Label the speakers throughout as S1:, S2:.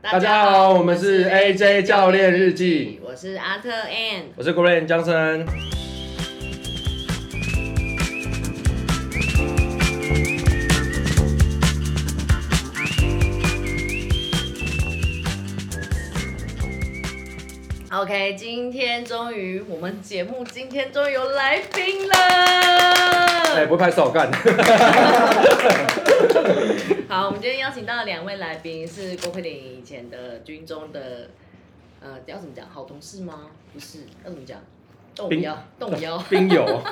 S1: 大家好，我们是 AJ 教练日记，
S2: 我是阿特 N。
S1: 我是 Green 江森。
S2: OK，今天终于我们节目今天终于有来宾了。
S1: 哎、不会拍手干。
S2: 好，我们今天邀请到的两位来宾是郭佩玲以前的军中的，呃，要怎么讲？好同事吗？不是，要怎么讲？动
S1: 兵
S2: 摇，动 摇。
S1: 冰友，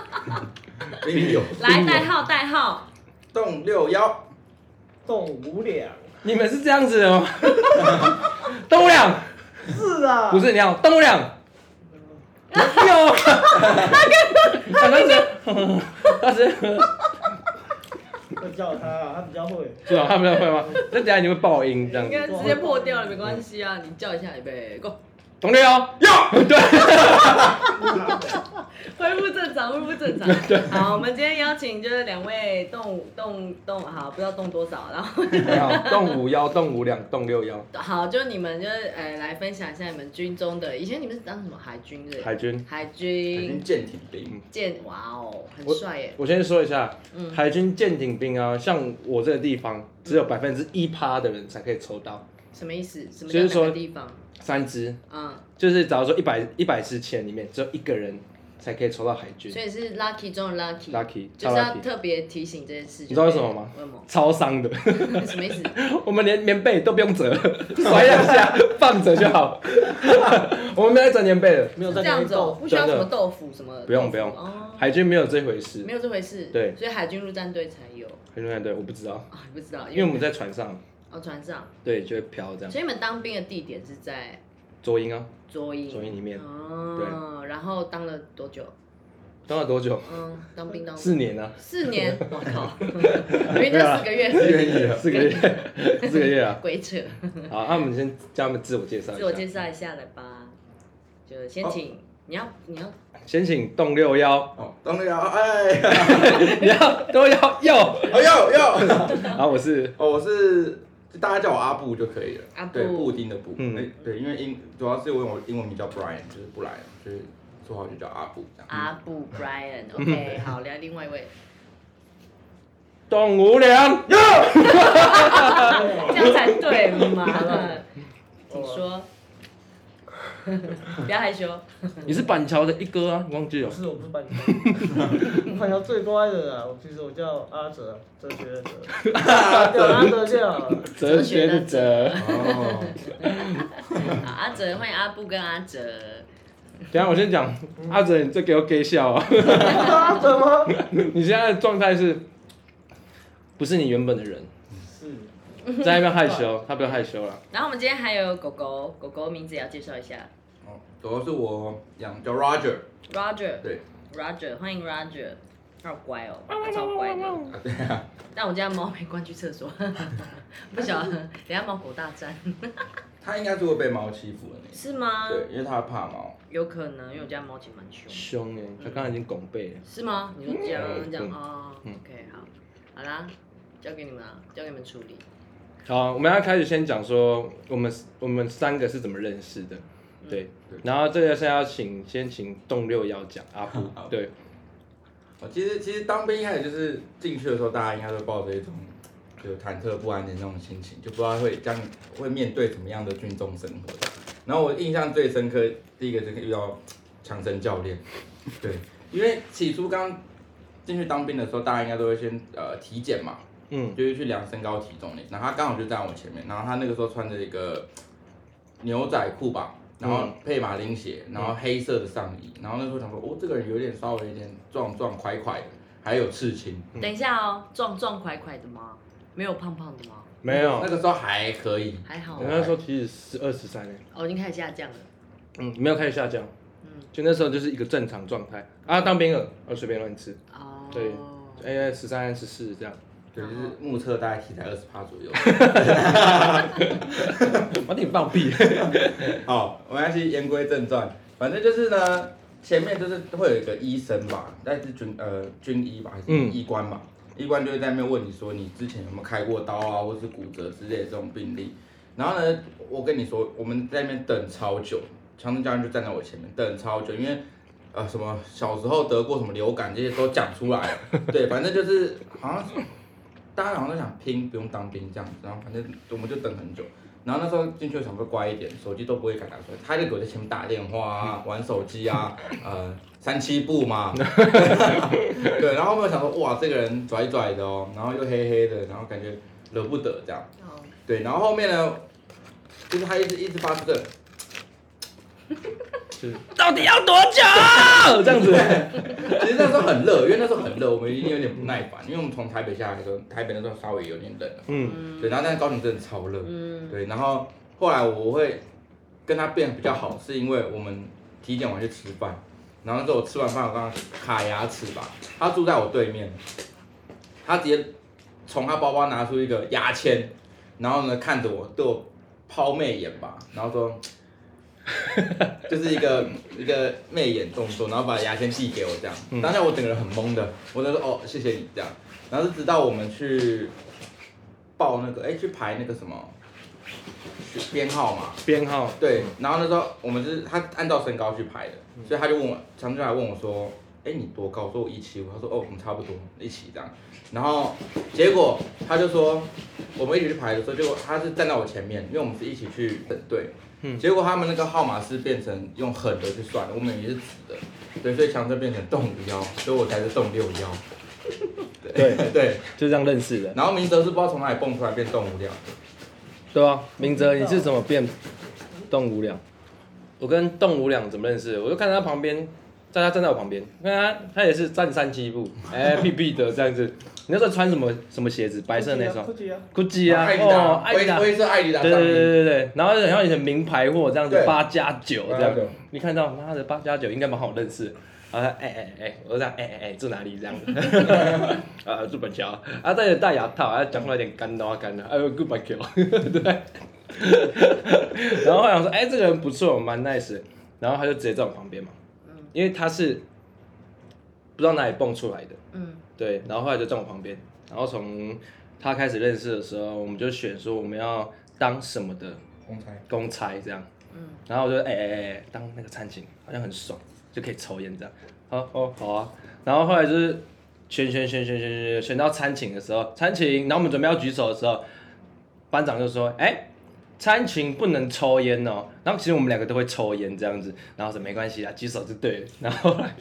S3: 零有
S2: 来，代号，代号。
S3: 动六幺，
S4: 动五两。
S1: 你们是这样子的吗？动物量
S4: 是啊，
S1: 不是你要动物量。有，他跟是，他是，
S4: 我叫他啊，他比较会。
S1: 是吧？他们会吗？那等一下你会爆音这样
S2: 应
S1: 子。
S2: 该直接破掉了，没关系啊，你叫一下预备，Go，
S1: 同学哦，有，对，
S2: 恢复正常，恢复正 常。好，我们今天邀请就是两位动动动，好，不知道动多少，然后
S1: 很好，动五幺，动五两，动六幺，
S2: 好，就你们就是呃来分享一下你们军中的，以前你们是当什么海军的？
S1: 海军。
S2: 海
S3: 已经
S2: 军
S3: 舰艇兵，
S2: 舰，哇哦，很
S1: 我
S2: 帅耶，
S1: 我先说一下，
S2: 嗯
S1: 海军舰艇兵啊，像我这个地方，只有百分之一趴的人才可以抽到
S2: 什么意思？什么
S1: 就是
S2: 叫
S1: 说
S2: 哪个地方？
S1: 三支，
S2: 嗯，
S1: 就是假如说一百一百支签里面，只有一个人才可以抽到海军
S2: 所以是 lucky 中的 lucky，
S1: lucky，
S2: 就
S1: 超
S2: 是要
S1: lucky，
S2: 特别提醒这件事。
S1: 你知道为什么吗？
S2: 为什么？
S1: 超伤的，
S2: 什么 意思？
S1: 我们连棉被都不用折， 甩两下放着就好， 我们没有折棉被的，
S4: 没有
S2: 是
S4: 在
S2: 这
S4: 里
S2: 样
S4: 面
S2: 子哦
S4: 动，，
S2: 不需要
S1: 真
S2: 什
S1: 的
S2: 么豆腐什么豆腐？
S1: 不用不用
S2: 哦，
S1: 海军没有这回事，
S2: 没有这回事。
S1: 对
S2: 所以海军陆战队才有
S1: 海军对，我不知道，
S2: 啊，你不知道，
S1: 因为我们在船上，
S2: 哦船上，
S1: 对，就会飘这样，
S2: 所以你们当兵的地点是在
S1: 左营啊，
S2: 左营。
S1: 左营里面，
S2: 哦，然后当了多久？
S1: 当了多久？
S2: 嗯，当兵当
S1: 四 年啊，
S2: 四年， 我靠，明明就四个月，
S1: 四个月，四个月，四个月啊。
S2: 鬼扯。
S1: 好，那我们先叫他们自我介绍一
S2: 自我
S1: 下。
S2: 介绍一下来吧，就
S1: 哦
S2: 先请你要你要
S1: 先请动六幺，
S3: 哦，动六幺，哎，
S1: 你要都要右。
S3: 哎呦呦，
S1: 然后我是
S3: 哦，我是大家叫我阿布就可以了，
S2: 阿布
S3: 对，布丁的布，
S1: 嗯
S3: 嗯，对，因为英主要是我我英文名叫 Brian，就是布莱恩，就是绰号就叫阿布这样，
S2: 阿布
S1: 嗯
S2: Brian，OK，好，来另外一位，
S1: 动无良，
S2: 这样才对嘛。 请说， 不要害羞，
S1: 你是板桥的一哥啊，你忘记
S4: 不
S1: 了？
S4: 是，我不是板桥，
S1: 哦
S4: 我板桥最乖的啊。我其实我叫阿哲，哲学的哲，叫阿哲就好了。
S1: 哲学的哲。
S3: 哦，
S2: 好阿哲，欢迎阿布跟阿哲。
S1: 等一下我先讲，阿哲，你这给我给笑啊！
S4: 不是阿哲吗？
S1: 你现在的状态是，不是你原本 的人？
S4: 是，
S1: 在那边害羞，他不要害羞了。
S2: 然后我们今天还有狗狗，狗狗名字也要介绍一下
S3: 哦主要是我养叫 Roger，
S2: ，Roger，
S3: 对，
S2: Roger，欢迎 Roger，他好乖哦，他超乖的。
S3: 啊对啊，
S2: 但我家猫被关去厕所， 不晓得，等一下猫狗大战
S3: 他应该是会被猫欺负的那
S2: 是吗？
S3: 个，对，因为他怕猫，
S2: 有可能，因为我家猫其实蛮凶。
S1: 凶哎，他刚刚已经拱背了。
S2: 是吗？你说这样
S1: 嗯
S2: 这样
S1: 嗯
S2: 哦
S1: 嗯
S2: ，OK，好，好啦，交给你们啊，交给你们处理。
S1: 好，我们要开始先讲说我们我们三个是怎么认识的，嗯对
S3: 对。
S1: 然后这个是要请先请动六幺讲阿布，
S3: 好
S1: 对，
S3: 哦，其实其实当兵一开始就是进去的时候，大家应该都抱着一种就忐忑不安的那种心情，就不知道会将会面对怎么样的军中生活。然后我印象最深刻，第一个就是遇到强生教练，对，因为起初刚进去当兵的时候，大家应该都会先呃体检嘛，
S1: 嗯。
S3: 就是去量身高体重的。然后他刚好就站我前面，然后他那个时候穿着一个牛仔裤吧，然后
S1: 嗯
S3: 配马丁鞋，然后黑色的上衣。然后那时候想说，哦，这个人有点稍微有点壮壮块块的，还有刺青。
S1: 嗯
S2: 等一下哦，壮壮块块的吗？没有胖胖的吗？
S1: 没有
S3: 那，个时候还可以。
S2: 还好
S1: 我
S2: 哦，
S1: 那时候其实是二十三
S2: 哦，已经开始下降了。
S1: 嗯，没有开始下降，
S2: 嗯，
S1: 就那时候就是一个正常状态啊，当兵了，我随便乱吃，
S2: 哦，
S1: 对哎，十三、十四这样，
S3: 对，就是目测大概体才二十趴左右。
S1: 我挺放 屁，
S3: 好，我们要去言归正传，反正就是呢，前面就是会有一个医生吧，但是军呃军医吧，还是
S1: 嗯
S3: 医官嘛，医官就会在那边问你说你之前有没有开过刀啊，或是骨折之类的这种病例。然后呢，我跟你说，我们在那边等超久，强生教练就站在我前面等超久，因为呃什么小时候得过什么流感这些都讲出来了，对，反正就是好像是大家好像都想拼，不用当兵这样子，然后反正我们就等很久。然后那时候进去想说乖一点，手机都不会敢拿出来，他就给我在前面打电话啊，玩手机啊，呃，三七步嘛，对，然后我们想说哇，这个人拽拽的哦，然后又黑黑的，然后感觉惹不得这样。
S2: 哦，
S3: 对，然后后面呢，就是他一直一直发这个，
S1: 就是到底要多久？啊这样子，
S3: 其实那时候很热，因为那时候很热，我们已经有点不耐烦，因为我们从台北下来的时候，台北那时候稍微有点冷了，
S1: 嗯，
S2: 嗯
S3: 对，然后但是高雄真的超热，
S2: 嗯，
S3: 对，然后后来我会跟他变得比较好，是因为我们体检完去吃饭，然后那时候我吃完饭，我刚刚卡牙齿吧，他住在我对面，他直接从他包包拿出一个牙签，然后呢看着我，对我抛媚眼吧，然后说。就是一个一个媚眼动作，然后把牙签递给我这样。当下我整个人很懵的，我就说哦谢谢你这样。然后是直到我们去报那个哎去排那个什么编号嘛，
S1: 编号，
S3: 对，然后那时候我们就是他按照身高去排的，
S1: 嗯
S3: 所以他就问我，常就来问我说，哎、你多高？我说我一七五，他说哦，我们差不多一起这样，然后结果他就说，我们一起去排的时候，结果他是站在我前面，因为我们是一起去整队，
S1: 嗯
S3: 结果他们那个号码是变成用狠的去算，我们也是直的，对，所以强生变成动五幺，所以我才是动六幺，
S1: 对，
S3: 对，
S1: 就这样认识的，
S3: 然后明哲是不知道从哪里蹦出来变动五幺，
S1: 对啊，明哲，你是怎么变动无两？我跟动无两怎么认识的？我就看他旁边，在他站在我旁边，看他他也是站三七步，哎、屁屁的这样子。你那时候穿什么什么鞋子？白色那双
S4: 不急啊，
S1: ，GUCCI 啊，
S3: 艾迪
S1: 哦
S3: 达，，
S1: 艾迪达，对
S3: 灰灰色艾迪达
S1: 对
S3: 上
S1: 对
S3: 衣，
S1: 对对，然后然后以前名牌货这样子
S3: 对，
S1: 八加九这样
S3: 8+9，
S1: 你看到妈的八加九应该蛮好认识的。然后他哎哎哎，我就这样哎哎哎，住哪里这样 子？啊，住板桥，啊戴着大牙套，啊讲话有点干的话干的，哎呦 good 板桥，对。然后我想说，哎、这个人不错，蛮 nice 的。然后他就直接在我旁边嘛，
S2: 嗯
S1: 因为他是不知道哪里蹦出来的，
S2: 嗯
S1: 对。然后后来就在我旁边，然后从他开始认识的时候，我们就选说我们要当什么的
S3: 红彩。
S1: 公差这样。
S2: 嗯，
S1: 然后我就哎哎哎，当那个餐警好像很爽，就可以抽烟这样。好哦好啊，然后后来就是选选选选选选选选到餐请的时候，餐请，然后我们准备要举手的时候，班长就说：“哎，餐请不能抽烟哦。”然后其实我们两个都会抽烟这样子，然后说没关系啦，举手就对了。然后后来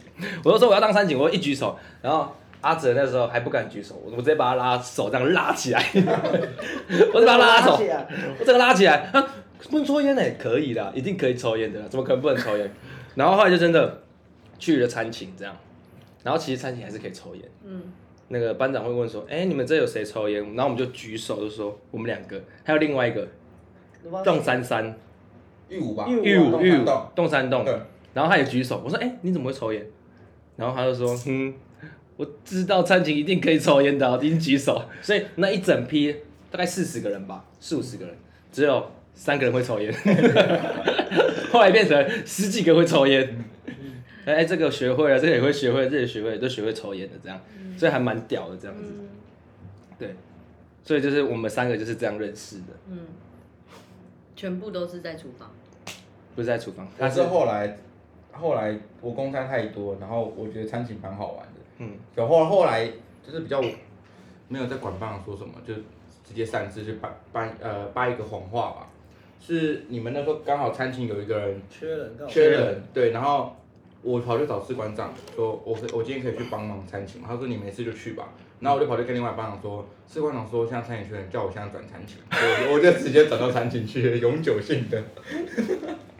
S1: 我就说我要当餐警，我一举手，然后。阿哲那时候还不敢举手，我我直接把他拉手这样拉起来， 我就把他拉手，
S4: 啊
S1: 我整个拉起来，啊，不能抽烟呢、欸可以的，一定可以抽烟的啦，怎么可能不能抽烟？ 然后后来就真的去了餐请这样，然后其实餐请还是可以抽烟。
S2: 嗯，
S1: 那个班长会问说，哎、你们这有谁抽烟？然后我们就举手就说我们两个，还有另外一个
S4: 动
S1: 洞三三
S3: 玉五吧，
S4: 玉
S1: 玉
S4: 武
S1: 武啊玉
S3: 动
S1: 武
S3: 动
S1: 洞三洞，
S3: 对，
S1: 然后他也举手，我说，哎、你怎么会抽烟？然后他就说，嗯，我知道餐请一定可以抽烟的，我一定举手。所以那一整批大概四十个人吧，四五十个人，只有三个人会抽烟。后来变成十几个会抽烟。哎、这个学会了，这个也会学会，这个也学会，都学会抽烟的这样，所以还蛮屌的这样子。
S2: 嗯
S1: 对，所以就是我们三个就是这样认识的，
S2: 嗯，全部都是在厨房，
S1: 不是在厨房，他
S3: 但
S1: 是
S3: 是后来，后来我公餐太多，然后我觉得餐请蛮好玩的。
S1: 嗯，
S3: 然后后来就是比较没有在管班长说什么，就直接擅自去掰掰呃掰一个谎话吧。是你们那时候刚好餐请有一个人
S4: 缺人干嘛？
S3: 哦缺人，对，然后我跑去找士官长说，我可我今天可以去帮忙餐请吗，他说你没事就去吧。然后我就跑去跟另外班长说，士官长说现在餐饮缺人，叫我现在转餐请，我我就直接转到餐请去了，永久性的。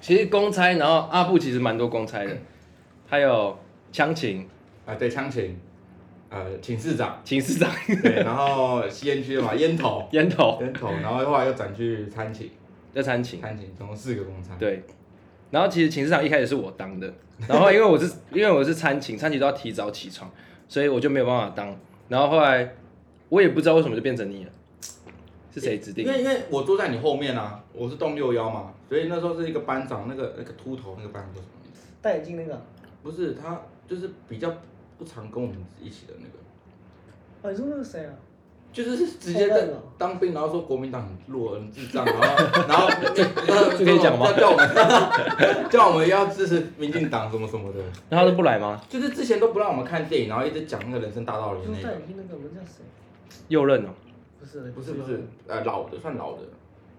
S1: 其实公差，然后阿布其实蛮多公差的，还有枪琴、
S3: 啊，对，枪琴，呃，请市长，
S1: 秦市长、
S3: 对，然后吸烟区嘛，烟头，
S1: 烟头
S3: 烟头，然后后来又转去餐请，
S1: 在餐琴，
S3: 餐请总共四个公餐，
S1: 对。然后其实秦市长一开始是我当的，然后因为我是 因为我是餐勤，餐勤都要提早起床，所以我就没有办法当。然后后来我也不知道为什么就变成你了，是谁指定
S3: 因？为因为我坐在你后面啊，我是动六幺嘛，所以那时候是一个班长，那个那个秃头那个班长叫什么名字？
S4: 戴眼镜那个，
S3: 不是他，就是比较不常跟我们一起的那个，
S4: 哦，你说那个谁啊？
S3: 就是直接
S4: 后
S3: 在
S4: 面了
S3: 当兵，然后说国民党很弱、很智障，然后 然后就
S1: 这可以讲吗
S3: 叫我们 叫我们要支持民进党什么什么的，
S1: 然后他都不来吗？
S3: 就是之前都不让我们看电影，然后一直讲那个人生大道理
S4: 就
S3: 那
S4: 是带
S3: 个。
S4: 你去那个我们叫谁？
S1: 右任哦，
S4: 不是
S3: 不是不是，，呃，老的算老的，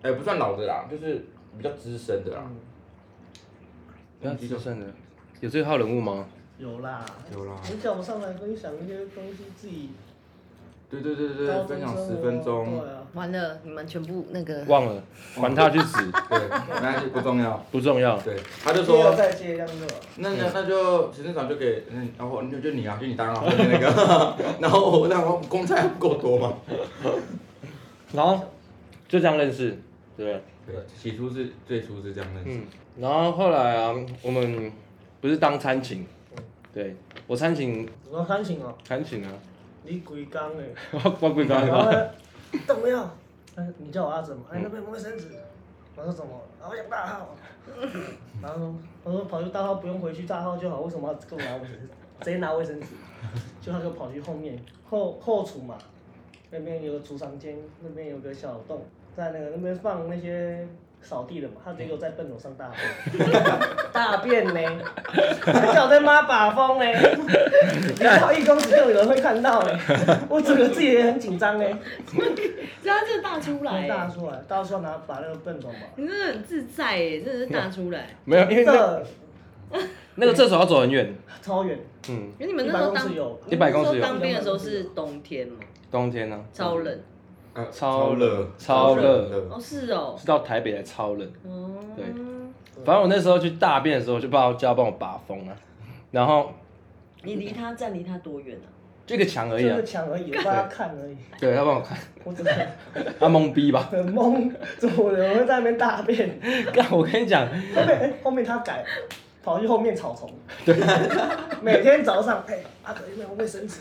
S3: 哎、不算老的啦，就是比较资深的啦。
S4: 嗯
S1: 不要只剩的，有这号人物吗？
S4: 有啦，
S3: 有啦
S4: 你叫我上来分享一些东西，自己
S3: 对对对对
S4: 高
S3: 对，
S4: 中
S3: 分享
S4: 生活
S3: 十分钟
S4: 对，啊，
S2: 完了，你们全部那个
S1: 忘了，管他去死，
S3: 对，没关系，不重要。
S1: 不重要。
S3: 对，他就
S4: 接
S3: 说
S4: 要，再接一样的，
S3: 那那那就行政长就给，嗯，然后就就你啊，就你当啊，后面那个， 然后我然后公差还不够多嘛，
S1: 然后就这样认识，对不对？
S3: 对，起初是最初是这样的，
S1: 嗯，然后后来啊，我们不是当餐勤，对我餐勤
S4: 我感情哦，
S1: 餐勤啊，
S4: 你鬼刚哎，
S1: 我鬼刚
S4: 然后
S1: 刚，
S4: 呢，怎么样？哎，你叫我阿怎么？哎，那边有没有卫生纸？我说怎么？然后养大号， 然后我说跑去大号不用回去大号就好，为什么要跟我拿卫生纸？直接拿卫 生纸，就他就跑去后面后后厨嘛，那边有个储藏间，那边有个小洞，在那个那边放那些扫地的嘛，他结果在笨手上大便， 大便呢，还叫我在妈把风呢，你到一公尺就有人会看到呢，我整个自己也很紧张呢，欸
S2: 他真的大出来
S4: 大
S2: 欸，
S4: 出来，大出来拿把那个笨手嘛，
S2: 你真的很自在耶，真的是大出来。
S1: 没有，因为那
S4: 这
S1: 那个厕所要走很远，
S4: 超远，
S1: 嗯，
S2: 因为你们那时候当
S4: 100公尺有
S2: 你们那时候
S1: 100公尺有嗯
S2: 当兵的时候是冬天嘛，
S1: 冬天啊呢、
S2: 超冷。
S3: 呃
S1: 超
S3: 热，
S1: 超热
S2: 哦，是哦
S1: 是，到台北来超冷。
S2: 哦，
S1: 对反正我那时候去大便的时候，就爸叫他帮我把风啊，然后
S2: 你离他站离他多远啊？
S1: 就一个墙而已
S4: 就
S1: 啊
S4: 是，抢而已，我帮他看而已，
S1: 对他帮我看，
S4: 我真的。
S1: 他懵逼吧？
S4: 很懵，怎么有人会在那边大便？
S1: 干我跟你讲，
S4: 后面、哎后面他改，跑去后面草丛。对，每天早上，哎、阿德有没有卫生纸？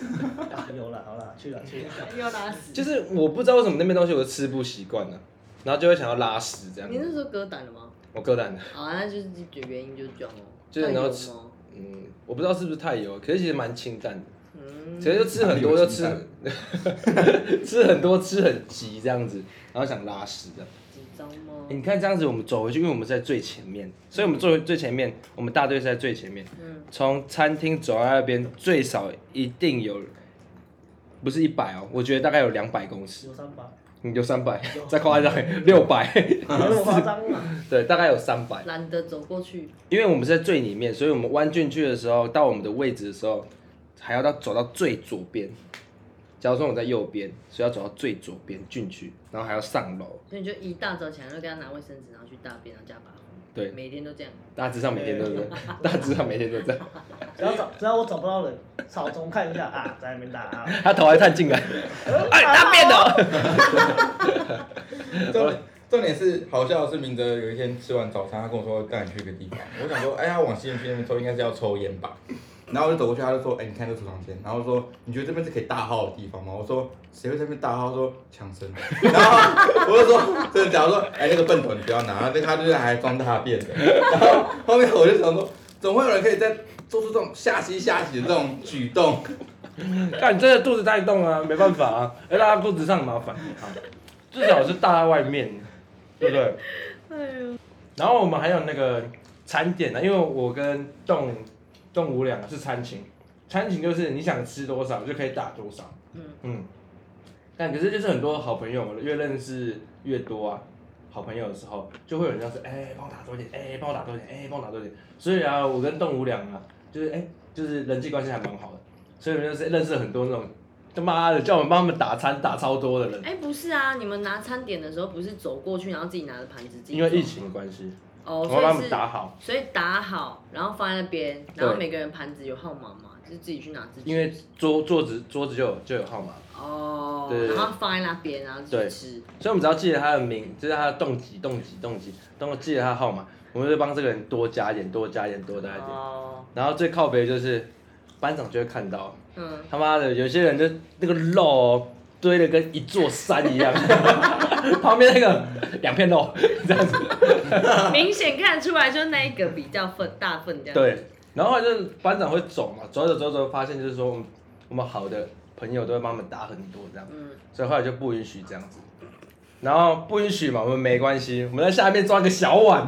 S4: 啊有了，好了，去了去了。
S2: 要哎拉屎。
S1: 就是我不知道为什么那边东西我都吃不习惯呢，然后就会想要拉屎这样
S2: 你。那时候割胆了吗？
S1: 我个人，
S2: 啊，那就是原因就是这样哦。
S1: 就是然后吃
S2: 太油吗
S1: 嗯，我不知道是不是太油，可是其实蛮清淡的。
S2: 嗯，
S1: 其实就吃很多，就吃
S3: 哪 里
S1: 吃很多，吃很急这样子，然后想拉屎这样。
S2: 紧张吗
S1: 欸？你看这样子，我们走回去，因为我们是在最前面，所以我们坐最前面，我们大队是在最前面。
S2: 嗯，
S1: 从餐厅走到那边，最少一定有，不是一百哦，我觉得大概有两百公尺，
S4: 有三八，
S1: 你就三百，再夸张六百，
S4: 没那么夸张嘛？
S1: 对，大概有三百。
S2: 懒得走过去，
S1: 因为我们是在最里面，所以我们弯进去的时候，到我们的位置的时候，还要到走到最左边。假如说我在右边，所以要走到最左边进去，然后还要上楼。
S2: 所以你就一大早起来就给他拿卫生纸，然后去大便，然后加把风。
S1: 对
S2: 每天都这样。
S1: 大致上每天都这样， 大致上每天都这样。
S4: 只要找，只要我找不到人，草丛看一下啊，在那边打啊。
S1: 他头还探进来，哎，大便的。
S3: 重点重点是好笑的是，明哲有一天吃完早餐，他跟我说带你去一个地方，我想说，哎呀，往西门区那边抽应该是要抽烟吧，然后我就走过去，他就说，哎，你看这储藏间，然后说你觉得这边是可以大号的地方吗？我说谁会在那边大号？他说强生，然后我就说真的假的？我说哎那个笨头你不要拿，那他就是还装大便的，然后后面我就想说，总会有人可以在做出这种下棋下棋的这种举动，
S1: 但你真的肚子太动啊，没办法啊，要拉到肚子上麻烦啊，至少是大在 外面，对不对？
S2: 哎呦，
S1: 然后我们还有那个餐点啊呢、因为我跟动动武两个是餐情，餐情就是你想吃多少就可以打多少，
S2: 嗯
S1: 嗯，但可是就是很多好朋友，越认识越多啊，好朋友的时候就会有人这样说，哎、帮我打多一点，哎、帮我打多一点，哎、帮我打多一点，所以啊，我跟动武两啊，就是哎、就是人际关系还蛮好的，所以我们就是认识很多那种他妈的叫我们帮他们打餐打超多的人，
S2: 哎，不是啊，你们拿餐点的时候不是走过去，然后自己拿着盘子自己走
S1: 因为疫情的关系，
S2: 哦，
S1: 我
S2: 所
S1: 们帮
S2: 以
S1: 他们
S2: 是
S1: 打好。
S2: 所以打好，然后放在那边，然后
S1: 对
S2: 每个人盘子有号码嘛，就自己去拿自己。
S1: 因为桌桌子桌子就有就有号码，
S2: 哦，
S1: 对
S2: 然后放在那边，然后自己
S1: 对
S2: 吃。
S1: 所以我们只要记得他的名，就是他的动机动机动机，等我记得他的号码，我们就帮这个人多加一点，多加一点，多加一点。
S2: 哦，
S1: 然后最靠北就是班长就会看到，
S2: 嗯，
S1: 他妈的有些人就那个肉哦堆的跟一座山一样， 旁边那个两片肉这样子，
S2: 明显看出来就是那一个比较份大份这样。，
S1: 对。然后后来就是班长会走嘛，走走走走，发现就是说我们我们好的朋友都会帮我们打很多这样，
S2: 嗯，
S1: 所以后来就不允许这样子。然后不允许嘛，我们没关系，我们在下面装一个小碗，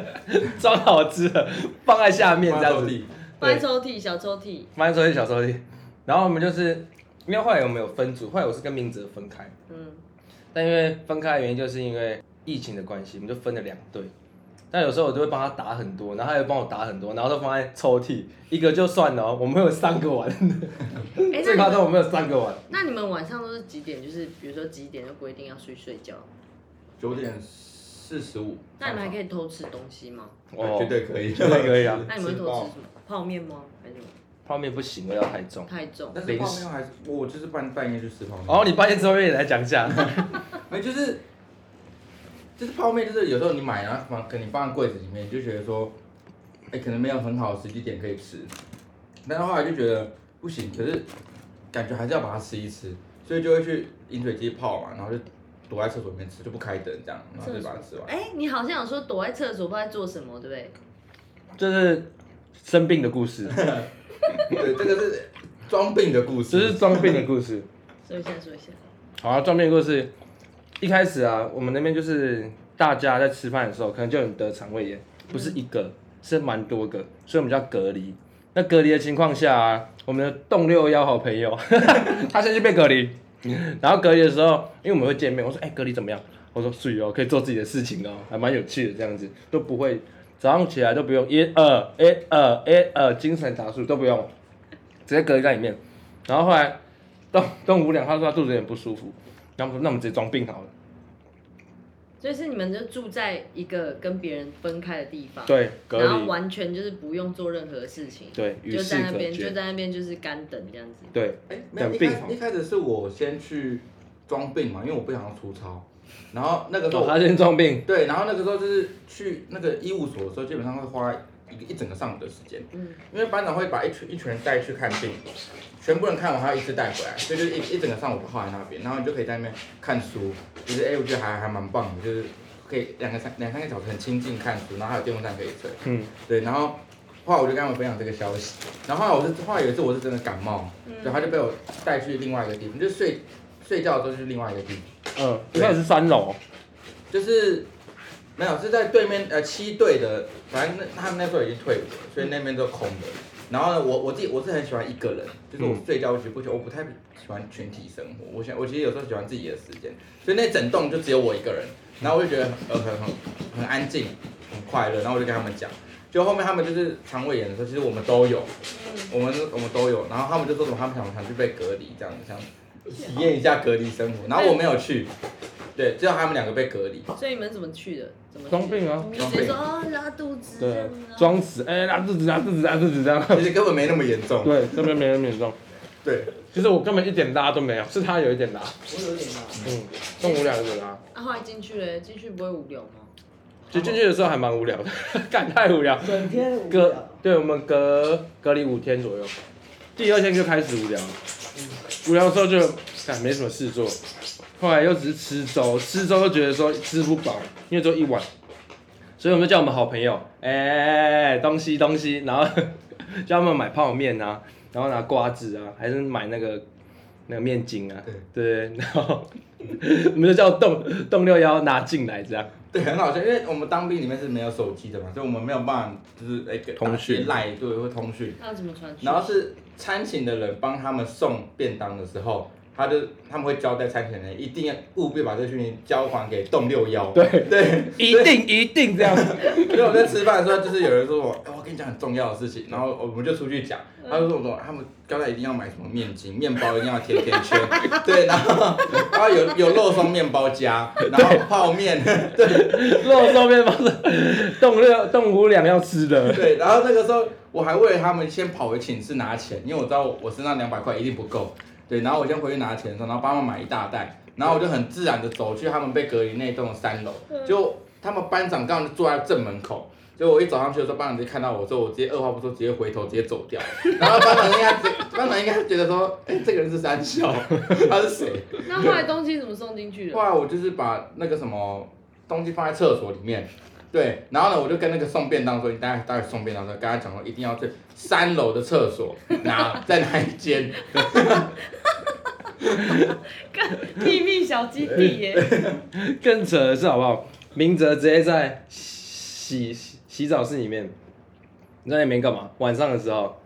S1: 装好吃的放在下面这样子。
S2: 放在抽屉，小抽屉，
S1: 翻抽屉小抽屉，然后我们就是因为后来我们有分组，后来我是跟明哲分开，
S2: 嗯，
S1: 但因为分开的原因就是因为疫情的关系，我们就分了两队。但有时候我就会帮他打很多，然后他也帮我打很多，然后都放在抽屉，一个就算了哦，我们有三个玩，
S2: 哎、
S1: 最
S2: 那
S1: 夸
S2: 你
S1: 张我
S2: 们
S1: 们有三个玩，
S2: 那你们晚上都是几点？就是比如说几点就规定要睡睡觉，
S3: 九点四十五，
S2: 那你们还可以偷吃东西吗？
S1: 哦，
S3: 绝对可以，
S1: 绝对可 以啊
S2: 那你们会偷吃
S3: 爆
S2: 什么？泡面吗？还是什么？
S1: 泡面不行，味道太重。
S2: 太重？
S3: 但是泡面还是我就是半半夜去吃泡面。
S1: 哦，你半夜之后也来讲一下，
S3: 没有就是就是泡面，就是有时候你买然后放，可能你放在柜子里面，你就觉得说，哎、可能没有很好的时机点可以吃，但是后来就觉得不行，可是感觉还是要把它吃一吃，所以就会去饮水机泡嘛，然后就躲在厕所里面吃，就不开灯这样，然后就把它吃
S1: 啊
S3: 完。
S2: 哎、你好像有说躲在厕所不知道在做什么，对不对？
S1: 就是生病的故事，
S3: 对，这个是装病的故
S1: 这是
S3: 事，
S1: 装病的故事。
S2: 说一下，说一下。
S1: 好啊，撞面故事，一开始啊，我们那边就是大家在吃饭的时候，可能就有人得肠胃炎，不是一个，是蛮多个，所以我们叫隔离。那隔离的情况下、啊，我们的动六幺好朋友， 他先去被隔离，然后隔离的时候，因为我们会见面，我说哎、隔离怎么样？我说睡哦，可以做自己的事情哦，还蛮有趣的这样子，都不会早上起来都不用一二一二一二精神打数都不用，直接隔离在里面。然后后来动动无聊，他说他肚子有点不舒服，然后我们说那我们直接装病好了。
S2: 所以是你们就住在一个跟别人分开的地方，，
S1: 对，隔
S2: 然后
S1: 离，
S2: 完全就是不用做任何事情，
S1: 对，与
S2: 就
S1: 世
S2: 在那
S1: 隔
S2: 边就
S1: 绝，
S2: 在那边就是干等这样子。
S1: 对，
S3: 哎、没有，一
S1: 病
S3: 开一开始是我先去装病嘛，因为我不想要粗糙，然后那个时候
S1: 哦他先装病，
S3: 对，然后那个时候就是去那个医务所的时候，基本上会花一个一整个上午的时间，
S2: 嗯，
S3: 因为班长会把一群一群人带去看病，全部人看完还要一次带回来，所以就是一一整个上午都耗在那边，然后你就可以在那边看书，就是哎、我觉得还还蛮棒的，就是可以两个三两三个小时很亲近看书，然后还有电风扇可以吹，
S1: 嗯，
S3: 对，然后后来我就跟他们分享这个消息，然后后来我是后来有一次我是真的感冒，所以他就被我带去另外一个地方，就睡睡觉的时候去另外一个地方。
S1: 嗯，
S3: 对
S1: 那是三楼，
S3: 就是没有是在对面呃七队的，反正那他们那时候已经退伍了，所以呃那边都空的。然后呢，我我自己我是很喜欢一个人，就是我
S1: 嗯
S3: 睡觉我觉不觉我不太喜欢群体生活，我想我其实有时候喜欢自己的时间，所以那整栋就只有我一个人，然后我就觉得呃很很很安静，很快乐，然后我就跟他们讲，就后面他们就是肠胃炎的时候，其实我们都有，我们我们都有，然后他们就说什么他们想想去被隔离这样子，想体验一下隔离生活，然后我没有去，对，只有他们两个被隔离，
S2: 所以你们怎么去的？怎么去
S1: 装病啊
S2: 你们直接说哦拉肚子这
S1: 对
S2: 样子啊，
S1: 装死，哎，拉肚子，拉肚子，拉肚子这样，
S3: 其实根本没那么严重。
S1: 对，这边没人免重，
S3: 对，
S1: 其实我根本一点拉都没有，是他有一点拉，
S4: 我有点啊，
S1: 嗯，动无聊有点拉，
S2: 啊，后来进去嘞，进去不会无聊吗？
S1: 就进去的时候还蛮无聊的， 干太无聊，
S4: 整天无
S1: 隔
S4: 聊，
S1: 对我们隔隔离五天左右，第二天就开始无聊了，无聊的时候就哎没什么事做，后来又只是吃粥，吃粥又觉得说吃不饱，因为只有一碗，所以我们就叫我们好朋友，哎、东西东西，然后 叫他们买泡面啊，然后拿瓜子啊，还是买那个那个面筋啊，对，然后 我们就叫动动六幺拿进来这样，
S3: 对，很好笑，因为我们当兵里面是没有手机的嘛，所以我们没有办法就是哎跟
S1: 通讯
S3: 赖对会通讯，
S2: 那要怎么传去？
S3: 然后是餐请的人帮他们送便当的时候。他就他们会交代餐请人，一定要务必把这群人交还给动六幺。
S1: 对
S3: 对，
S1: 一定一定这样，
S3: 因为我在吃饭的时候，就是有人说我，哎我跟你讲很重要的事情，然后我们就出去讲，他就说我说他们刚才一定要买什么面筋，面包一定要甜甜圈， 对，然后然后有有肉松面包夹，然后泡面，
S1: 肉松面包 是动六动五两要吃的。
S3: 对，然后那个时候我还为了他们先跑回寝室拿钱，因为我知道我身上两百块一定不够，对，然后我先回去拿钱的时候，然后帮他们买一大袋，然后我就很自然的走去他们被隔离那栋的三楼，就他们班长刚好就坐在正门口。就我一走上去的时候，班长直接看到我之后，我直接二话不说，直接回头直接走掉。然后班长应该直，班长应该觉得说，哎、这个人是三笑，他是谁？
S2: 那后来东西怎么送进去
S3: 后
S2: 的？
S3: 来我就是把那个什么东西放在厕所里面，对，然后呢，我就跟那个送便当说，你待会待会送便当的时候，跟他 讲说一定要去三楼的厕所拿，在哪一间？
S2: 更秘密小基地耶，
S1: 更扯的是好不好？明哲直接在洗洗洗澡室里面，你在里面干嘛？晚上的时候，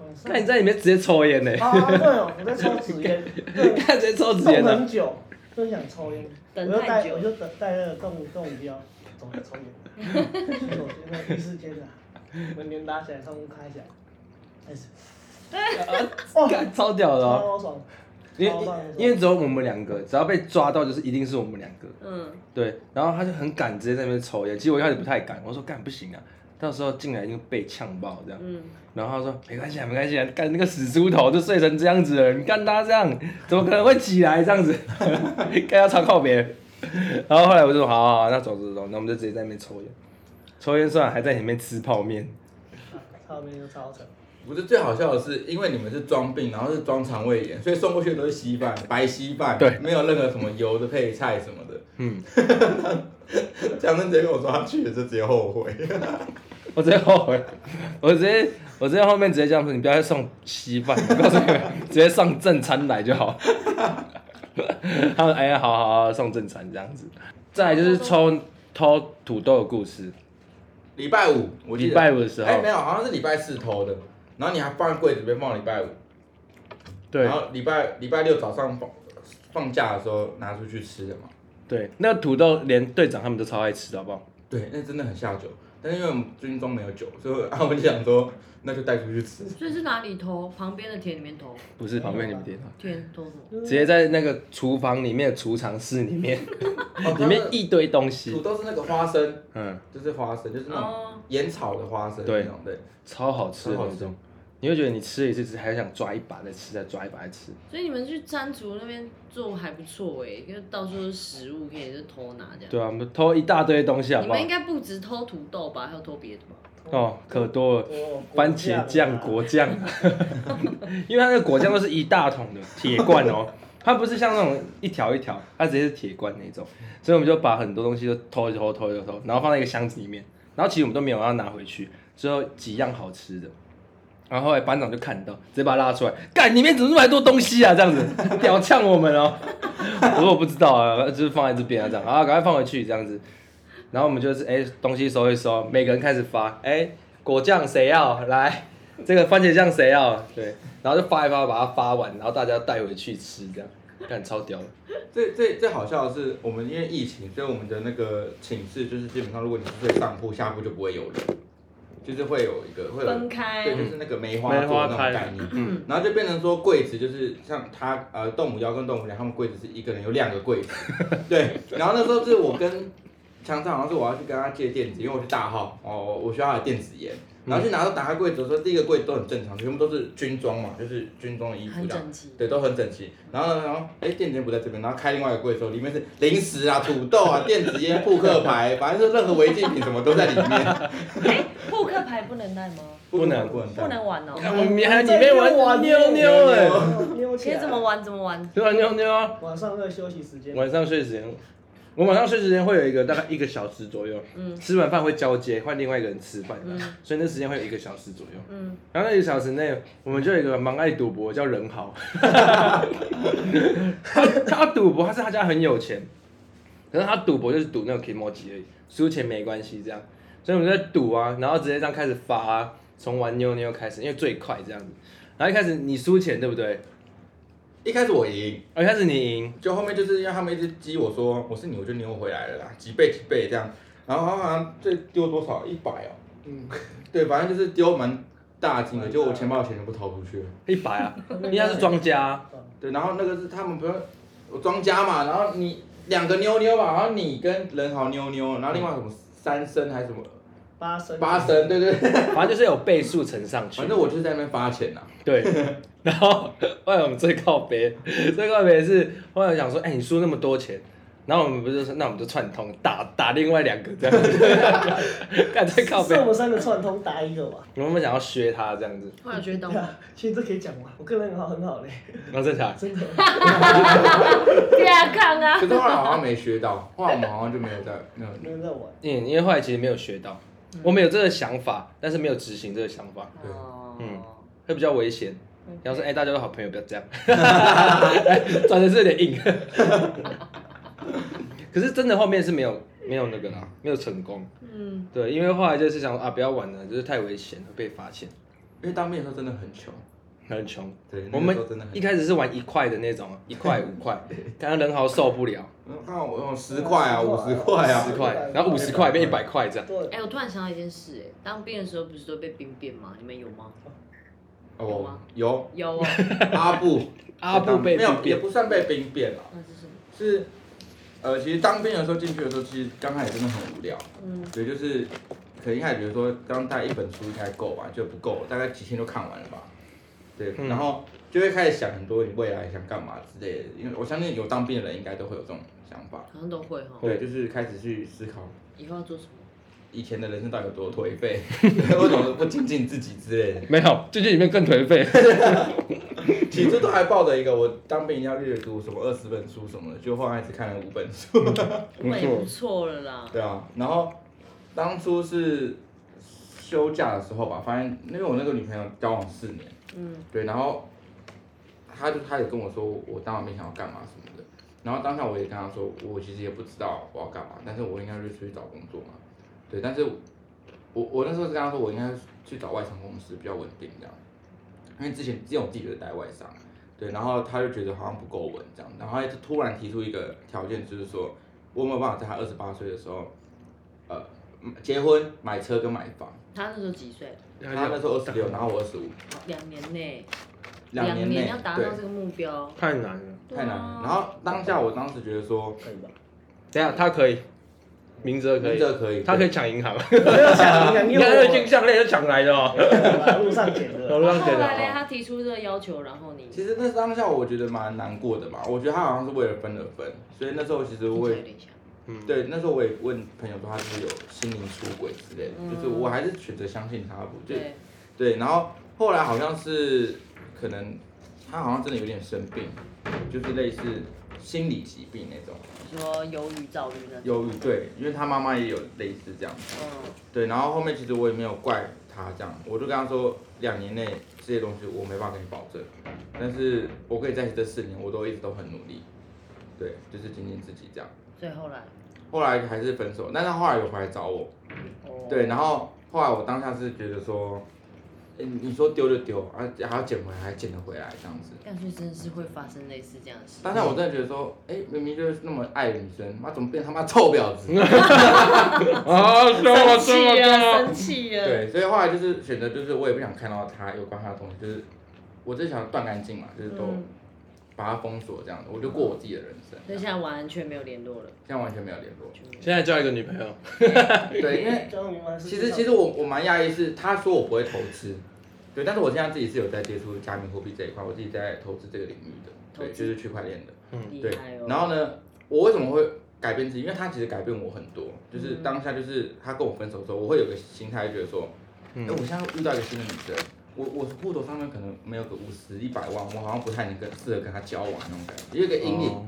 S4: 晚上
S1: 看你在里面直接抽烟呢、
S4: 啊，对啊哦，啊我在抽纸烟， 对，
S1: 看直接抽纸烟
S4: 抽
S1: 的
S4: 很。久，就想抽烟，我
S2: 等
S4: 就
S2: 太
S4: 带
S2: 久
S4: 我就等带那个动动物标，总抽烟，去我那个浴室间啊，门帘拉起来，窗户开起来，开始，哦，
S1: 干超屌的哦！
S4: 超爽，
S1: 因
S4: 超
S1: 为
S4: 棒的
S1: 因为只有我们两个，只要被抓到就是一定是我们两个。
S2: 嗯，
S1: 对，然后他就很敢直接在那边抽烟。其实我一开始不太敢，我说干不行啊，到时候进来一定被呛爆这样。
S2: 嗯
S1: 然后他说没关系啊，没关系啊，干那个死猪头就睡成这样子了，你看他这样，怎么可能会起来这样子？ 干他超靠别人。然后后来我就说好好好，那走走走，那我们就直接在那边抽烟，抽烟算了，还在里面吃泡面。
S4: 超面又超扯，
S3: 不是最好笑的是，因为你们是装病，然后是装肠胃炎，所以送过去的都是稀饭，白稀饭，
S1: 对
S3: 没有任何什么油的配菜什么的。
S1: 嗯，
S3: 讲真，直接给我抓去了，就直接后悔。
S1: 我直接后悔，我直接我直接后面直接这样说，你不要再送稀饭，我告诉你们，直接上正餐来就好。他们哎呀，好好好，送正餐这样子。再来就是抽偷土豆的故事，
S3: 礼拜五，我记得
S1: 礼拜五的时候
S3: 哎、没有，好像是礼拜四偷的，然后你还放在柜子里面放到礼拜五，
S1: 对
S3: 然后礼拜礼拜六早上放放假的时候拿出去吃的嘛。
S1: 对，那个土豆连队长他们都超爱吃的，好不好？
S3: 对，那真的很下酒，但是因为我们军中没有酒，所以啊，我就想说，那就带出去吃。
S2: 所以是哪里投？旁边的田里面投，
S1: 不是旁边你们点的，
S2: 田投什么？
S1: 直接在那个厨房里面的储藏室里面，
S3: 哦
S1: 里面
S3: 它
S1: 一堆东
S3: 是土
S1: 西，
S3: 豆是那个花生，
S1: 嗯，
S3: 就是花生，就是那种
S2: 哦，嗯
S3: 盐炒的花生
S1: 对
S3: 那种，对，
S1: 超好吃的
S3: 超好
S1: 那
S3: 吃
S1: 种。你会觉得你吃了一次，只还想抓一把再吃，再抓一把再吃。
S2: 所以你们去蟾蜍那边做还不错哎，因为到处都是食物可以就偷拿这样。
S1: 对啊，我们偷一大堆东西，
S3: 啊
S1: 好
S2: 你
S1: 不
S2: 们
S1: 好
S2: 应？该不止偷土豆吧，还有偷别的吧？
S1: 哦，可多了，
S4: 我
S1: 番茄酱、啊
S4: 国
S1: 果 酱，因为它那个果酱都是一大桶的铁罐 哦，它不是像那种一条一条，它直接是铁罐那种，所以我们就把很多东西都偷一偷偷一偷，然后放在一个箱子里面，然后其实我们都没有要拿回去，只有几样好吃的。然后后来班长就看到，直接把他拉出来，干里面怎么那么多东西啊？这样 子，屌呛我们哦。我说我不知道啊，就是放在这边啊，这样啊，赶快放回去这样子。然后我们就是哎、东西收一收，每个人开始发，哎、果酱谁要来，这个番茄酱谁要， 对，然后就发一发，把它发完，然后大家带回去吃，这样，干超屌的。
S3: 最最最好笑的是，我们因为疫情，所以我们的那个寝室就是基本上，如果你是睡上铺，下铺就不会有人，就是会有一个会有
S2: 分开
S3: 对，就是那个梅花
S1: 梅
S3: 座
S1: 花
S3: 那种
S1: 开
S3: 概念。
S1: 嗯
S3: 然后就变成说柜子就是像他呃动物妖跟动物娘他们柜子是一个人有两个柜子，对。然后那时候是我跟强强好像是我要去跟他借电子，因为我是大号哦，我需要他的电子烟。然后去拿到打开柜子的时候，第一个柜子都很正常，全部都是军装嘛，就是军装的衣服
S2: 很
S3: 这样
S2: 整齐，
S3: 对，都很整齐。然后呢，然后哎，电子烟不在这边，然后开另外一个柜的时候，里面是零食啊、土豆啊、电子烟、扑克牌，反正是任何违禁品什么都在里面。
S2: 哎，扑克牌不能带吗？
S1: 不能
S3: 不能带
S2: 不能玩哦。
S1: 看我们还里面玩妞妞哎，
S4: 妞
S2: 可
S4: 起
S2: 以
S4: 来
S2: 怎么玩怎么玩？
S1: 对啊，妞妞啊。
S4: 晚上的休息时间，
S1: 晚上睡时间，我晚上睡时间会有一个大概一个小时左右，
S2: 嗯
S1: 吃完饭会交接，换另外一个人吃饭的，
S2: 嗯
S1: 所以那时间会有一个小时左右。
S2: 嗯，
S1: 然后那一个小时内，我们就有一个蛮爱赌博，叫 任豪。他他赌博，他是他家很有钱，可是他赌博就是赌那种 k i m o j i 而已，输钱没关系这样。所以我们就在赌啊，然后直接这样开始发、啊，从玩妞妞开始，因为最快这样子。然后一开始你输钱对不对？哦
S3: 一开始我赢，
S1: 然后一开始你赢，
S3: 就后面就是因为他们一直激我说我是你，我就扭回来了啦，几倍几倍这样，然后好像最丢多少一百哦，
S4: 嗯，
S3: 对，反正就是丢蛮大金的，就我钱包的钱全部掏出去了。
S1: 一百 啊，因为他是庄家啊、
S3: 对，然后那个是他们不是我庄家嘛，然后你两个妞妞吧，然后你跟人豪妞妞，然后另外什么三生还是什么
S4: 八升
S3: 八生，对对对，
S1: 反正就是有倍数乘上去
S3: 反。正我就是在那边发钱呐、
S1: 对， 然后后来我们最靠北， 最靠北是后来想说，哎、你输那么多钱，然后我们不是说，那我们就串通打打另外两个这样子， 干最靠
S4: 是
S1: 北
S4: 我。们三个串通打一个吧。
S1: 我们想要削他这样子，
S2: 后来学到
S4: 对
S2: 吗？
S4: 啊，其实这可以讲嘛，我个人很好很好嘞，
S1: 然后这啥？
S4: 真的。
S2: 对啊，看啊
S3: 可。是后来好像没学到，后来我们好像就没有在没有。
S4: 没有在玩，
S1: 嗯，因为后来其实没有学到，
S3: 嗯
S1: 我们有这个想法，但是没有执行这个想法，
S3: 对
S2: 哦，
S1: 嗯会比较危险。要是哎、大家都好朋友，不要这样， 转的是有点硬。 可是真的后面是没有没有那个啦，没有成功。
S2: 嗯，
S1: 对，因为后来就是想说啊，不要玩了，就是太危险了，被发现，
S3: 因为当兵的时候真的很穷，
S1: 很穷。
S3: 对，那
S1: 我
S3: 个
S1: 们
S3: 时候真的很
S1: 一
S3: 穷。
S1: 开始是玩一块的那种，啊一块五块，刚刚人豪受不了，
S3: 我看嗯我用十块啊，五十块啊
S1: 十
S4: 10，
S1: 块，然后五十块变一百块这样。
S4: 对，
S2: 哎、我突然想到一件事，哎，当兵的时候不是都被兵变吗？你们有吗？有
S3: 哦
S2: 吗，
S3: 有
S2: 有哦，
S3: 阿布，
S1: 阿布被
S3: 没有
S1: 兵
S3: 也
S1: 变，
S3: 不算被兵变了，
S2: 那是什么？
S3: 是呃，其实当兵的时候进去的时候，其实刚开始真的很无聊，
S2: 嗯，
S3: 对，就是可能一开始比如说刚带一本书应该够吧，就不够，大概几天就看完了吧，对，
S1: 嗯
S3: 然后就会开始想很多你未来想干嘛之类的，因为我相信有当兵的人应该都会有这种想法，
S2: 好像都会
S1: 嗯
S2: 哈。
S3: 对，就是开始去思考
S2: 以后要做什么？
S3: 以前的人生到底有多颓废， 为什么不精进自己之类的。
S1: 没有，最近里面更颓废。
S3: 起初都还抱着一个我当兵一定要阅读什么二十本书什么的，就后来只看了五本书。
S1: 没错
S2: 那也不错了啦。
S3: 对啊，然后当初是休假的时候吧，发现因为我那个女朋友交往四年，
S2: 嗯，
S3: 对，然后她就开始跟我说我当完兵想要干嘛什么的，然后当下我也跟她说我其实也不知道我要干嘛，但是我应该是出去找工作嘛，对，但是我我那时候是跟她说我应该去找外商公司比较稳定这样，因为之前之前我自己就是待外商，对，然后她就觉得好像不够稳这样，然后她就突然提出一个条件，就是说我有没有办法在她二十八岁的时候，呃，结婚、买车跟买房，
S2: 他那时候几岁？
S3: 她那时候二十六，然后我二十五。
S2: 好两年内，
S3: 两年内
S2: 要达
S3: 对
S2: 到这个目标，
S1: 太难了。
S2: 对啊
S3: 太难了。然后当下我当时觉得说，
S4: 可以吧？
S1: 等一下他可以，明哲可以，
S3: 这可以，
S1: 他可以抢银行，
S4: 我 没有想
S1: 你
S4: 因
S1: 看那个
S4: 为
S1: 金项链就抢来的哦，
S4: 我路上捡
S1: 我
S4: 的，
S1: 乱给
S2: 后
S1: 的
S2: 来嘞，
S1: 哦。
S2: 他提出这个要求，然后你
S3: 其实那当下我觉得蛮难过的嘛，我觉得他好像是为了分而分，所以那时候其实
S2: 听
S3: 我
S2: 起来有
S3: 也
S2: 点像。
S1: 嗯，
S3: 对那时候我也问朋友说他是不是有心灵出轨之类的，
S2: 嗯
S3: 就是我还是选择相信他不对
S2: 对，
S3: 对，然后后来好像是可能他好像真的有点生病，就是类似心理疾病那种
S2: 你说忧郁、躁郁那种。
S3: 忧郁，对，因为他妈妈也有类似这样子。
S2: 嗯，
S3: 对，然后后面其实我也没有怪他这样，我就跟他说，两年内这些东西我没办法跟你保证，但是我可以在这四年我都一直都很努力，对，就是精进自己这样。
S2: 所以后来，
S3: 后来还是分手，但是他后来有回来找我，
S2: 哦，
S3: 对，然后后来我当下是觉得说，诶你说丢就丢，啊还要捡回来，还捡得回来这样子。
S2: 干脆真的是会发生类似这样的事。
S3: 当下我真的觉得说，哎、明明就是那么爱女生，妈怎么变他妈臭婊子？
S1: 啊，对我
S2: 生
S1: 对我
S2: 气
S4: 啊
S2: 了，
S1: 对
S2: 生气了。
S3: 对，所以后来就是选择，就是我也不想看到他有关他的东西，就是我就想断干净嘛，就是都
S2: 嗯，
S3: 把它封锁这样子，我就过我自己的人
S2: 所
S3: 生这
S2: 以
S3: 样，
S2: 现在完全没有联络了，
S3: 现在完全没有联络。
S2: 全没有
S1: 现在交一个女朋友，
S3: 对，因为其实其实我我蛮讶异是，他说我不会投资，对，但是我现在自己是有在接触加密货币这一块，我自己在投资这个领域的，对，
S2: 投资
S3: 就是区块链的，对
S2: 厉害哦。。
S3: 然后呢，我为什么会改变自己？因为他其实改变我很多，就是
S2: 嗯
S3: 当下就是他跟我分手之后，我会有个心态，觉得说，哎、
S1: 嗯
S3: 我现在遇到一个新的女生，我我户头上面可能没有个五十一百万，我好像不太能跟适合跟她交往那种感觉，有一个阴影。
S1: 哦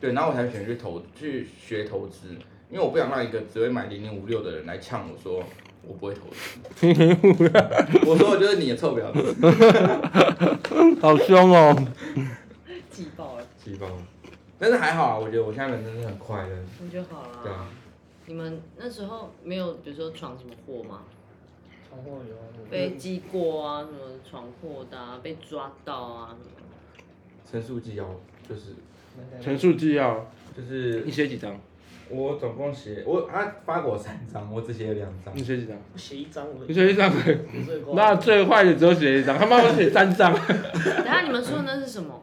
S3: 对，然后我才选去投去学投资，因为我不想让一个只会买零零五六的人来呛我说我不会投资。 我说我就是你的臭婊子，
S1: 好凶哦。
S2: 挤爆了，
S3: 气爆。 但是还好啊，我觉得我现在人真的很快乐。
S2: 我觉得好啦。
S3: 对啊，
S2: 你们那时候没有，比如说闯什么祸吗？
S4: 闯祸有啊
S2: 被
S3: 嗯
S2: 记过啊，什么闯祸的、啊，被抓到啊，什么
S3: 陈述纪要就是
S1: 陈述纪要，
S3: 就是
S1: 你写几张？
S3: 我总共写我他发给我三张，我只写了两张
S1: 你。写几张？
S4: 我写一张我
S1: 你写一张，
S4: 有罪过
S1: 那最坏的只有写一张，他妈我写三 张，
S2: 等一下你们说的那是什么？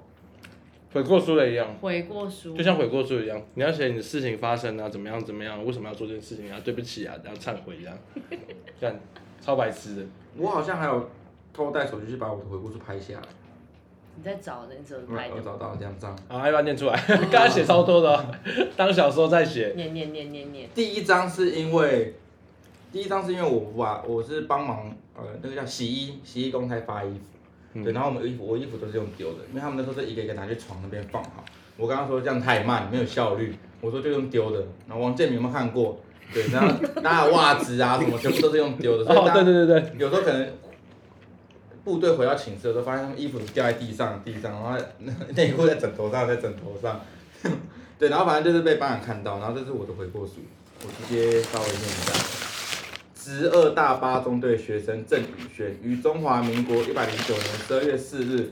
S1: 悔过书了一样。
S2: 悔过书
S1: 就？像悔过书一样，你要写你的事情发生啊，怎么样怎么样，为什么要做这件事情啊，对不起啊，然后忏悔这样，干超白痴的。
S3: 我好像还有偷带手机去把我的回顾书拍下来，
S2: 你在找那时候拍
S3: 我
S2: 的？
S3: 找到了两张。
S1: 好，要不要念出 来？刚刚写超多的哦、当小说在写。
S2: 念念念念念，
S3: 第一张是因为，第一张是因为我把我是帮忙呃那个叫洗衣洗衣公开发衣服，对，然后我们衣服我衣服都是用丢的，因为他们那时候是一个一个拿去床那边放好。我刚刚说这样太慢，没有效率，我说就用丢的。然后王健民有没有看过？对，然后大家的袜子啊什么全部都是用丢的，所以
S1: 哦，对
S3: 大家
S1: 对对对，
S3: 有时候可能部队回到寝室的时候，发现他们衣服掉在地上，地上，然后他内裤在枕头上，在枕头上。 对，然后反正就是被班长看到，然后这是我的悔过书，我直接稍微念一下。职二大八中队学生郑宇轩于中华民国一百零九年十二月四日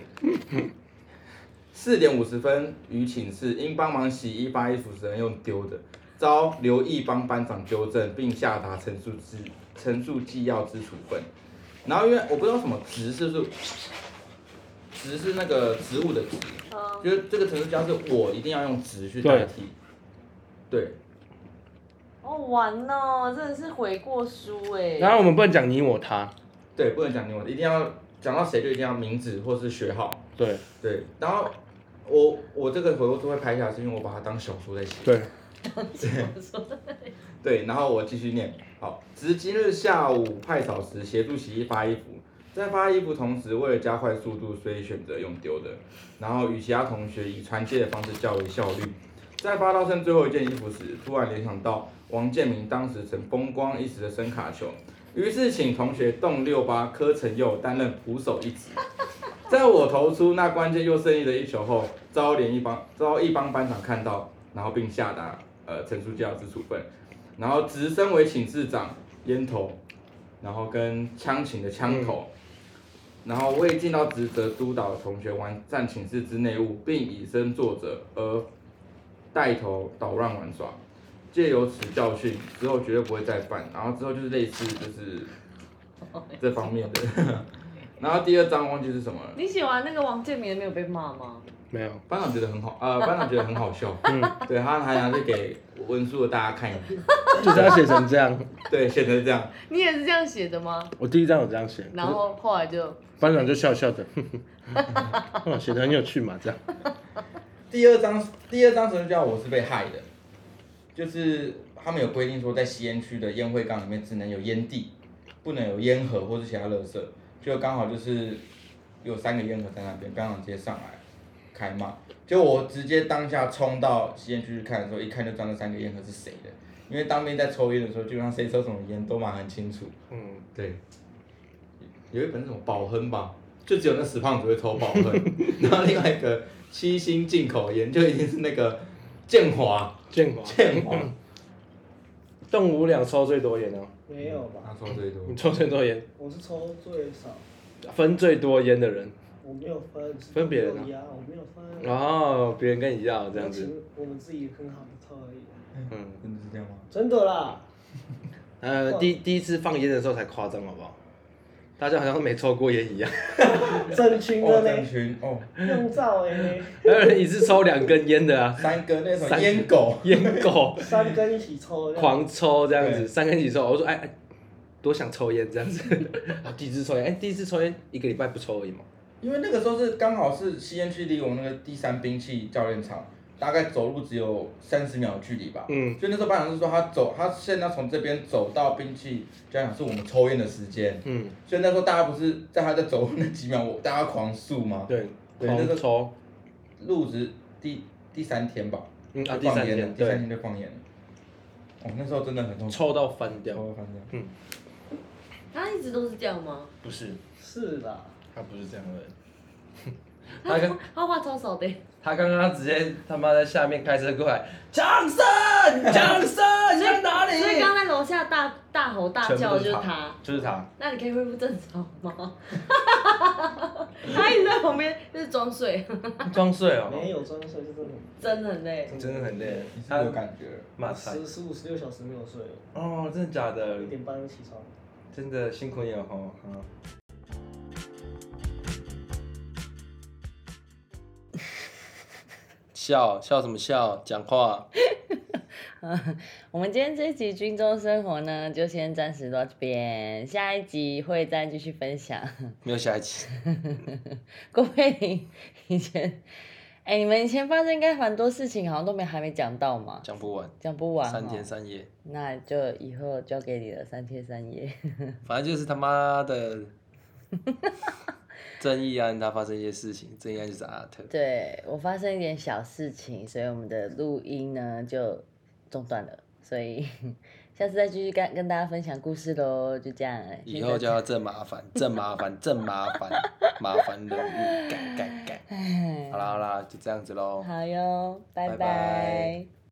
S3: 四点五十分于寝室，因帮忙洗衣把衣服只能用丢的，遭刘义邦班长纠正，并下达陈述之陈述纪要之处分。然后因为我不知道什么职是不是，职是那个职务的职，
S2: 嗯，
S3: 就是这个陈述纪要是我一定要用职去代替。对，
S5: 好玩哦，真的是悔过书哎。
S1: 然后我们不能讲你我他，
S3: 对，不能讲你我，一定要讲到谁就一定要名字或是学号。
S1: 对
S3: 对，然后我我这个回过头会拍下来，是因为我把它当小说在写。
S1: 对，
S3: 对，然后我继续念。好，值今日下午派嫂时协助洗衣发衣服，在发衣服同时，为了加快速度，所以选择用丢的，然后与其他同学以传接的方式较为效率。在发到剩最后一件衣服时，突然联想到王建民当时曾风光一时的声卡球，于是请同学动六八柯承佑担任捕手一职。在我投出那关键又胜利的一球后，遭连一帮遭一帮班长看到，然后并下达呃陈述教之处分。然后直升为寝室长烟头，然后跟枪请的枪头，然后未尽到职责督导同学完善寝室之内务，并以身作则而带头捣乱玩耍，借由此教训之后绝对不会再犯，然后之后就是类似就是这方面的，然后第二章忘记是什么了，
S2: 你写完那个王建民的没有被骂吗？
S1: 没有，
S3: 班长觉得很好，呃，班长觉得很好笑，
S1: 嗯，
S3: 对他还拿去给文书的大家看一遍，
S1: 就是要写成这样。
S3: 对，写成这样。
S2: 你也是这样写的吗？
S1: 我第一张有这样写，
S2: 然后后来就
S1: 班长就笑笑的， 哦，写的很有趣嘛，这样。
S3: 第二章第二章神教我是被害的，就是他们有规定说，在吸烟区的烟灰缸里面只能有烟蒂，不能有烟盒或是其他垃圾，就刚好就是有三个烟盒在那边，班长直接上来开骂，就我直接当下冲到吸烟区去看的时候，一看就知道那三个烟盒是谁的，因为当兵在抽烟的时候，基本上谁抽什么烟都蛮很清楚。
S1: 嗯，
S3: 对，有一本那种宝亨吧，就只有那死胖子会抽宝亨，然后另外一个七星进口烟就一定是那个建华，
S1: 建华，
S3: 建华，
S1: 动五两抽最多烟哦，
S4: 没有吧？
S3: 他抽最多。
S1: 你抽最多烟，
S4: 我是抽最少，
S1: 分最多烟的人。
S4: 我没有分，
S1: 分别人啊
S4: 我呀，我没有分。
S1: 哦，别人跟你一样这样
S4: 我
S1: 子，
S4: 们我们自己很好的抽而已，
S1: 嗯，
S3: 真的是这样吗？
S4: 真的啦。
S1: 呃，第第一次放烟的时候才夸张，好不好？大家好像没抽过烟一样，
S4: 整群
S3: 哦，
S4: 的
S3: 张
S4: 呢，
S3: 群哦，
S4: 用照哎呢，
S1: 还有人一次抽两根烟的啊，
S3: 三哥那种
S1: 三
S3: 烟狗，
S1: 烟 狗
S4: 三根一起抽的，
S1: 狂抽这样
S3: 对
S1: 子，三根一起抽。我说哎哎，多想抽烟这样子， 啊，第一次抽烟，哎，第一次抽烟一个礼拜不抽而已嘛，
S3: 因为那个时候是刚好是吸烟区离我那个第三兵器教练场。大概走路只有三十秒的距离吧，
S1: 嗯，
S3: 所以那时候班长是说他走，他现在从这边走到兵器教练场是我们抽烟的时间，
S1: 嗯，
S3: 所以那时候大家不是在他在走路那几秒，我大家狂速吗？
S1: 对，
S3: 对那
S1: 狂
S3: 个
S1: 抽，
S3: 入职第第三天吧，
S1: 嗯啊，
S3: 就
S1: 第三
S3: 放烟了
S1: 天
S3: 第三
S1: 对，
S3: 天就放烟了。哦，那时候真的很痛苦，
S1: 抽到翻掉，
S3: 抽到翻掉。
S2: 他一直都是这样吗？
S1: 不是，
S4: 是啦，
S1: 他不是这样的人，
S2: 他
S1: 他刚
S2: 他话超少的，欸
S1: 他刚刚直接他妈在下面开车过来，强森，强森，你在哪
S2: 所以刚
S1: 里？
S2: 刚在楼下大大吼大
S1: 全部
S2: 叫
S1: 都
S2: 就是他。
S1: 就是他，
S2: 那你可以恢复正常吗？ 他一直在旁边就是装睡，
S1: 装睡哦，
S4: 没有装睡就
S2: 真
S4: 真的
S2: 的很累。
S1: 真的很累
S3: 你，是不
S1: 他
S3: 是有感觉？
S1: 马赛
S4: 十十五十六小时没有睡，
S1: 哦，真的假的
S4: 一？点半就起床。
S1: 真的辛苦你了 哈。嗯笑笑什么笑？讲话。
S5: 我们今天这一集《军中生活》呢，就先暂时到这边，下一集会再继续分享。
S1: 没有下一集。
S5: 郭佩玲以前，哎、你们以前发生应该蛮多事情，好像都没还没讲到嘛，
S1: 讲不完，
S5: 讲不完。哦
S1: 三天，三夜，
S5: 那就以后交给你了，三天三夜。
S1: 反正就是他妈 的正义案，他发生一些事情，正义案就是阿特，
S5: 对我发生一点小事情，所以我们的录音呢就中断了。
S2: 所以下次再继续跟跟大家分享故事喽。就这样，
S1: 以后就要正麻 烦，正麻烦，正麻烦，麻烦人物，改改改。好啦好啦，就这样子喽。
S2: 好哟，拜
S1: 拜
S2: 拜
S1: 拜